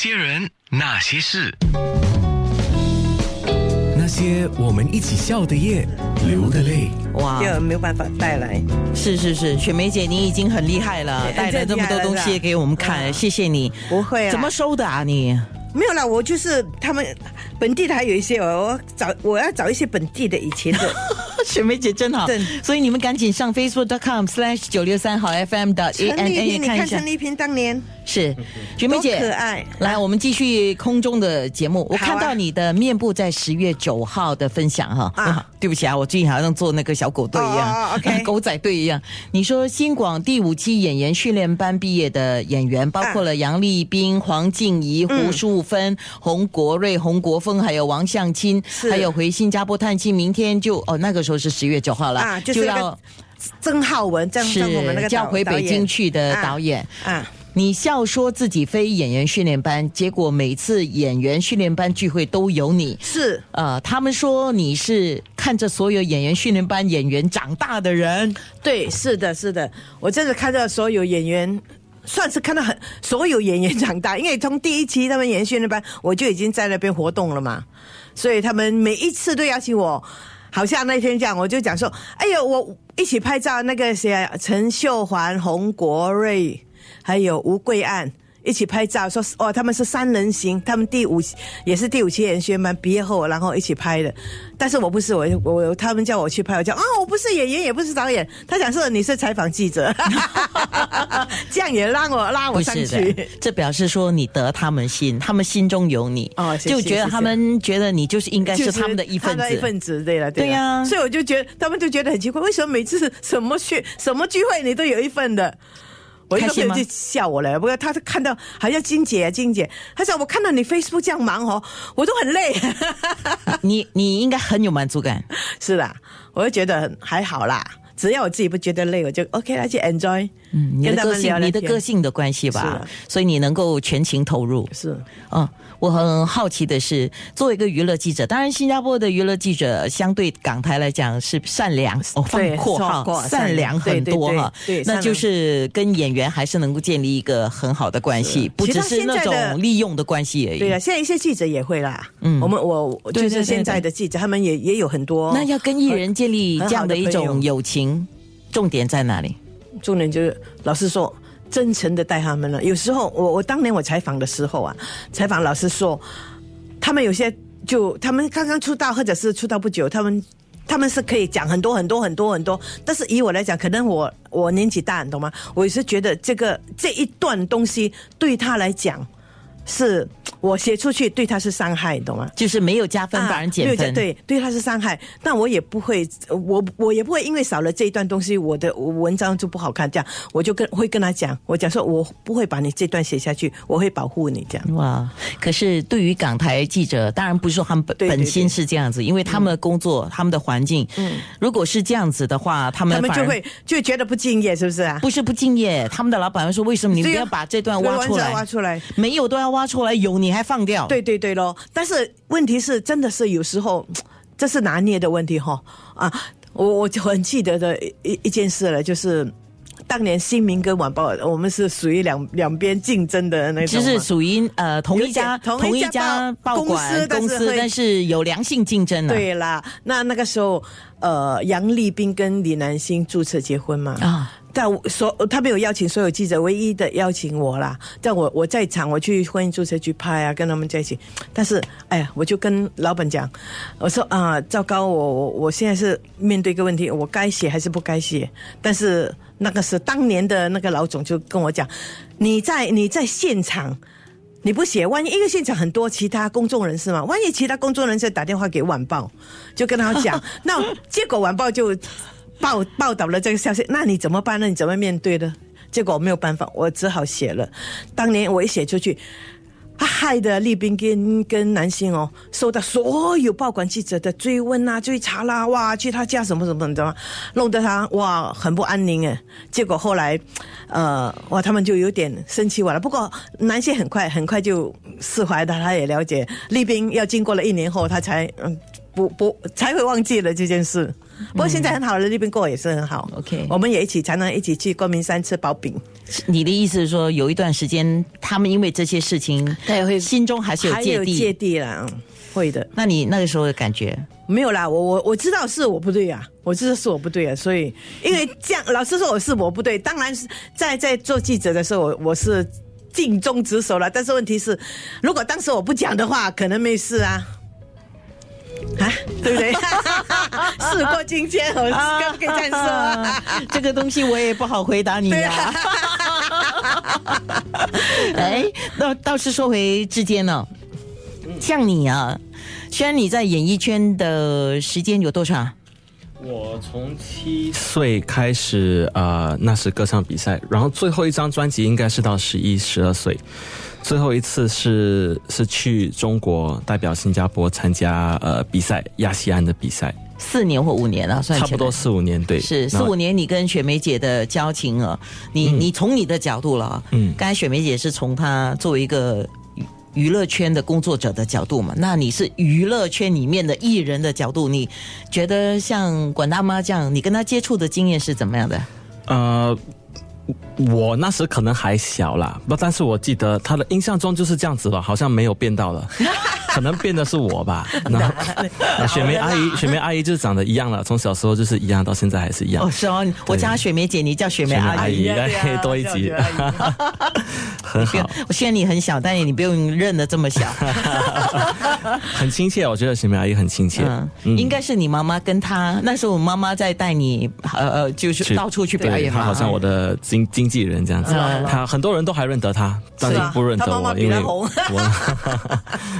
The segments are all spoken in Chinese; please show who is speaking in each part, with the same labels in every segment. Speaker 1: 些人，那些事，
Speaker 2: 那些我们一起笑的夜，流的泪。
Speaker 3: 哇
Speaker 4: 第，二没有办法带来，
Speaker 3: 是是是，雪梅姐你已经 很厉害了，
Speaker 4: 哎
Speaker 3: 带了这么多东西给我们看，谢谢你。
Speaker 4: 不会啊
Speaker 3: 怎么收的啊你？
Speaker 4: 没有啦，我就是他们本地的还有一些，哦我找我要找一些本地的以前 的，
Speaker 3: 雪梅姐真好
Speaker 4: 真，
Speaker 3: 所以你们赶紧上 facebook.com/slash 九六三好 FM 的 A
Speaker 4: 陈
Speaker 3: N
Speaker 4: 丽
Speaker 3: N 也
Speaker 4: 萍，
Speaker 3: 哎
Speaker 4: 你
Speaker 3: 看一
Speaker 4: 看
Speaker 3: 下
Speaker 4: 陈。丽萍当年
Speaker 3: 是，雪梅姐
Speaker 4: 多可爱
Speaker 3: 来，我们继续空中的节目。我
Speaker 4: 好啊
Speaker 3: 看到你的面部在十月九号的分享哈。
Speaker 4: 啊
Speaker 3: 啊， 对不起啊，我最近好像做那个小狗队一样，
Speaker 4: 哦哦 ，OK
Speaker 3: 狗仔队一样。你说新广第五期演员训练班毕业的演员，
Speaker 4: 啊
Speaker 3: 包括了杨丽斌、黄静怡、胡
Speaker 4: 嗯
Speaker 3: 淑芬、洪国瑞、洪国峰，还有王向钦，
Speaker 4: 是
Speaker 3: 还有回新加坡探亲。明天就哦，那个时候是十月九号了，
Speaker 4: 啊就是那个
Speaker 3: 要
Speaker 4: 曾浩文，这样我们那
Speaker 3: 是
Speaker 4: 个
Speaker 3: 叫
Speaker 4: 导
Speaker 3: 回北京去的
Speaker 4: 啊
Speaker 3: 导演。
Speaker 4: 啊，
Speaker 3: 你笑说自己非演员训练班，结果每次演员训练班聚会都有你。
Speaker 4: 是
Speaker 3: 呃，他们说你是看着所有演员训练班演员长大的人，
Speaker 4: 对，是的，是的，我真的看到所有演员。算是看到很所有演员长大，因为从第一期他们演训那班，我就已经在那边活动了嘛，所以他们每一次都邀请我。好像那天这样，我就讲说：“哎呦，我一起拍照那个谁啊，陈秀环、洪国瑞，还有吴桂岸一起拍照，说哦，他们是三人行，他们第五也是第五期研学班毕业后，然后一起拍的。但是我不是，我我他们叫我去拍，我讲啊，我不是演员，也不是导演。他讲说你是采访 记者，这样也让我拉
Speaker 3: 不
Speaker 4: 我上
Speaker 3: 是的
Speaker 4: 去。。
Speaker 3: 这表示说你得他们心，他们心中有你，
Speaker 4: 哦谢谢
Speaker 3: 就觉得他们觉得你哎就是应该
Speaker 4: 就是
Speaker 3: 他们的一份
Speaker 4: 他
Speaker 3: 子。
Speaker 4: 的一份子，对了，了
Speaker 3: 对呀
Speaker 4: 所以我就觉得他们就觉得很奇怪，为什么每次什么去什么聚会你都有一份的？我一个
Speaker 3: 开心
Speaker 4: 朋
Speaker 3: 吗
Speaker 4: 友就笑我了，不过他看到好像金姐啊，金姐，他说我看到你 Facebook 这样忙哦，我都很累。
Speaker 3: 你你应该很有满足感。
Speaker 4: 是啦，我就觉得很还好啦，只要我自己不觉得累，我就 OK 啦，去 enjoy。
Speaker 3: 嗯，你
Speaker 4: 跟
Speaker 3: 的
Speaker 4: 他
Speaker 3: 个
Speaker 4: 们聊
Speaker 3: 性，
Speaker 4: 聊
Speaker 3: 你的
Speaker 4: 天
Speaker 3: 个性的关系
Speaker 4: 是
Speaker 3: 吧
Speaker 4: 啊，
Speaker 3: 所以你能够全情投入。
Speaker 4: 是
Speaker 3: 嗯，我很好奇的是，作为一个娱乐记者，当然新加坡的娱乐记者相对港台来讲是善良哦，放
Speaker 4: 对
Speaker 3: 括
Speaker 4: 放括
Speaker 3: 号善
Speaker 4: 善
Speaker 3: 良
Speaker 4: 良
Speaker 3: 很多哈
Speaker 4: 对对对对，
Speaker 3: 那
Speaker 4: 善良
Speaker 3: 就是跟演员还是能够建立一个很好的关系，不
Speaker 4: 其
Speaker 3: 只
Speaker 4: 实
Speaker 3: 是那
Speaker 4: 现在的
Speaker 3: 种利用的关系而
Speaker 4: 对
Speaker 3: 已
Speaker 4: 啊呀、。现在一些记者也会啦，
Speaker 3: 嗯
Speaker 4: 嗯，我们我我
Speaker 3: 对
Speaker 4: 就
Speaker 3: 对
Speaker 4: 是现在的记者，他们也也有很多。
Speaker 3: 那要跟艺人建立这样的一
Speaker 4: 哦很好的
Speaker 3: 种
Speaker 4: 朋
Speaker 3: 友情，重点在哪里？
Speaker 4: 重点就是，老师说真诚的带他们了。有时候我我当年我采访的时候啊，采访老师说，他们有些就他们刚刚出道或者是出道不久，他们。他们是可以讲很多很多很多很多，但是以我来讲，可能我我年纪大，你懂吗？我也是觉得这个这一段东西对他来讲，是我写出去对他是伤害，你懂吗？
Speaker 3: 就是没有加分
Speaker 4: 啊
Speaker 3: 反而
Speaker 4: 没
Speaker 3: 减
Speaker 4: 有讲
Speaker 3: 分。
Speaker 4: 对对他是伤害，但我也不会，呃我我也不会因为少了这一段东西，我的我文章就不好看。这样，我就跟会跟他讲，我讲说我不会把你这段写下去，我会保护你这样。
Speaker 3: 哇！可是对于港台记者，当然不是说他们本
Speaker 4: 对对对嗯
Speaker 3: 本心是这样子，因为他们的工作、他们的环境，如果是这样子的话，他们
Speaker 4: 他们
Speaker 3: 反
Speaker 4: 就
Speaker 3: 而
Speaker 4: 会就会觉得不敬业，是不是啊？
Speaker 3: 不是不敬业，他们的老板会说：“为什么你不
Speaker 4: 对啊
Speaker 3: 要把这段挖出
Speaker 4: 对
Speaker 3: 来？
Speaker 4: 挖出来
Speaker 3: 没有都要挖出来，有你还放掉。”
Speaker 4: 对对对喽。但是问题是，真的是有时候这是拿捏的问题哈啊！我我就很记得的一一一件事了，就是。当年《新民》跟《晚报》，我们是属于两两边竞争的那种
Speaker 3: 就
Speaker 4: 嘛，
Speaker 3: 是属于呃同一家
Speaker 4: 有点同一家
Speaker 3: 报
Speaker 4: 报
Speaker 3: 馆公
Speaker 4: 公司但是
Speaker 3: 司，
Speaker 4: 会
Speaker 3: 但是有良性竞争啊。
Speaker 4: 对啦，那那个时候，呃，杨丽斌跟李南星注册结婚嘛。
Speaker 3: 啊，
Speaker 4: 但我所他没有邀请所有记者，唯一的邀请我啦。但我我在场，我去婚姻注册局拍啊，跟他们在一起。但是，哎呀，我就跟老板讲，我说啊，糟糕，我我我现在是面对一个问题，我该写还是不该写？但是那个是当年的那个老总就跟我讲，你在你在现场。你不写，万一一个现场很多其他公众人士嘛，万一其他公众人士打电话给晚报，就跟他讲，那结果晚报就报报道了这个消息，那你怎么办呢？你怎么面对呢？结果我没有办法，我只好写了。当年我一写出去，啊害得丽斌跟跟南星哦，受到所有报馆记者的追问啊、追查啦、哇，去他家什么什么，你知道吗？弄得他哇很不安宁哎。结果后来，呃，哇，他们就有点生气我了。不过南星很快很快就释怀的，他也了解丽斌要经过了一年后，他才嗯不不才会忘记了这件事。不过现在很好了，那边过也是很好。
Speaker 3: OK
Speaker 4: 我们也一起常常一起去光明山吃薄饼，
Speaker 3: 你的意思是说，有一段时间他们因为这些事情，
Speaker 4: 他也会
Speaker 3: 心中还是有
Speaker 4: 还
Speaker 3: 芥
Speaker 4: 有
Speaker 3: 蒂。
Speaker 4: 芥蒂啦，嗯会的。
Speaker 3: 那你那个时候的感觉，
Speaker 4: 没有啦，我我我知道是我不对啊，我知道是我不对啊，所以因为这样，老师说我是我不对，当然是在在做记者的时候，我我是尽忠职守了，但是问题是，如果当时我不讲的话，可能没事啊。啊，对不对？ 事过境迁，我可不可以这样说、啊？
Speaker 3: 这个东西我也不好回答你
Speaker 4: 对
Speaker 3: 呀、
Speaker 4: 啊，
Speaker 3: 哎，倒倒是说回志坚呢、像你啊，虽然你在演艺圈的时间有多长？
Speaker 5: 我从七岁开始，呃，那是歌唱比赛，然后最后一张专辑应该是到十一、十二岁，最后一次是是去中国代表新加坡参加呃比赛，亚细安的比赛，
Speaker 3: 四年或五年啊，算起
Speaker 5: 差
Speaker 3: 来
Speaker 5: 不多四五年，对，
Speaker 3: 是四
Speaker 5: 然后
Speaker 3: 五年，你跟雪梅姐的交情啊，你、你从你的角度了啊，
Speaker 5: 嗯
Speaker 3: 刚才雪梅姐是从她作为一个娱娱乐圈的工作者的角度嘛，那你是娱乐圈里面的艺人的角度，你觉得像管大妈这样，你跟她接触的经验是怎么样的？
Speaker 5: 呃，我那时可能还小啦，不，但是我记得他的印象中就是这样子了，好像没有变到 了。可能变的是我吧，然后那雪梅阿姨，雪梅阿姨就是长得一样了，从小时候就是一样，到现在还是一样
Speaker 3: 哦，。是哦，我叫她雪梅姐，你叫雪梅阿姨。
Speaker 4: 对啊
Speaker 5: 哎多一集
Speaker 4: 对啊对啊
Speaker 5: 很
Speaker 3: 不用
Speaker 5: 好，
Speaker 3: 哦我虽然你很小，但是你不用认得这么小。
Speaker 5: 很亲切，我觉得雪梅阿姨很亲切。
Speaker 3: 嗯，应该是你妈妈跟她那时候，我妈妈在带你，呃呃，就是
Speaker 5: 去
Speaker 3: 到处去表
Speaker 5: 对
Speaker 3: 演嘛。
Speaker 5: 她好像我的经经纪人这样子，她很多人都还认得她，但是
Speaker 4: 是啊
Speaker 5: 不认得
Speaker 4: 她妈妈
Speaker 5: 我，
Speaker 4: 比
Speaker 5: 因
Speaker 4: 她
Speaker 5: 为
Speaker 4: 红
Speaker 5: 我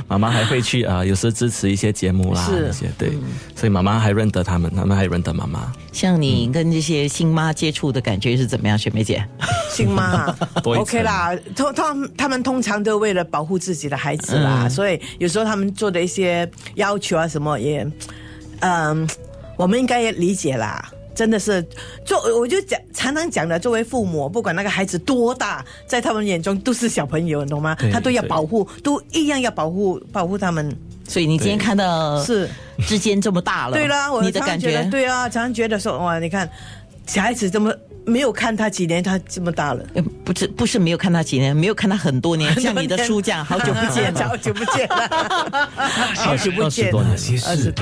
Speaker 5: 妈妈还会去啊，呃有时支持一些节目啦
Speaker 4: 是
Speaker 5: 那些，对，所以妈妈还认得他们，他们还认得妈妈，
Speaker 3: 像你
Speaker 4: 嗯
Speaker 3: 跟这些新妈接触的感觉是怎么样，雪梅姐？
Speaker 4: 亲妈啊
Speaker 5: 多一层
Speaker 4: ，OK 啦。通通他们通常都为了保护自己的孩子啦，所以有时候他们做的一些要求啊什么也，嗯，我们应该也理解啦。真的是做，我就讲常常讲的，作为父母，不管那个孩子多大，在他们眼中都是小朋友，你懂吗
Speaker 5: 对？
Speaker 4: 他都要
Speaker 5: 对
Speaker 4: 保护，都一样要保护保护他们。
Speaker 3: 所以你今天看到
Speaker 4: 是
Speaker 3: 之间这么大了，
Speaker 4: 对啦，我
Speaker 3: 你的
Speaker 4: 常
Speaker 3: 感
Speaker 4: 常觉
Speaker 3: 觉
Speaker 4: 得，对啊，常常觉得说哇，你看小孩子这么没有看他几年，他这么大了。
Speaker 3: 呃不是不是没有看他几年，没有看他很多年，像 你的书这样，好久不见了。
Speaker 4: 好久不见了，
Speaker 1: 那
Speaker 4: 好久
Speaker 1: 些
Speaker 4: 不
Speaker 5: 二
Speaker 4: 见了
Speaker 5: 十多，
Speaker 2: 那。
Speaker 5: 年
Speaker 2: 些
Speaker 4: 二十
Speaker 2: 事
Speaker 4: 多。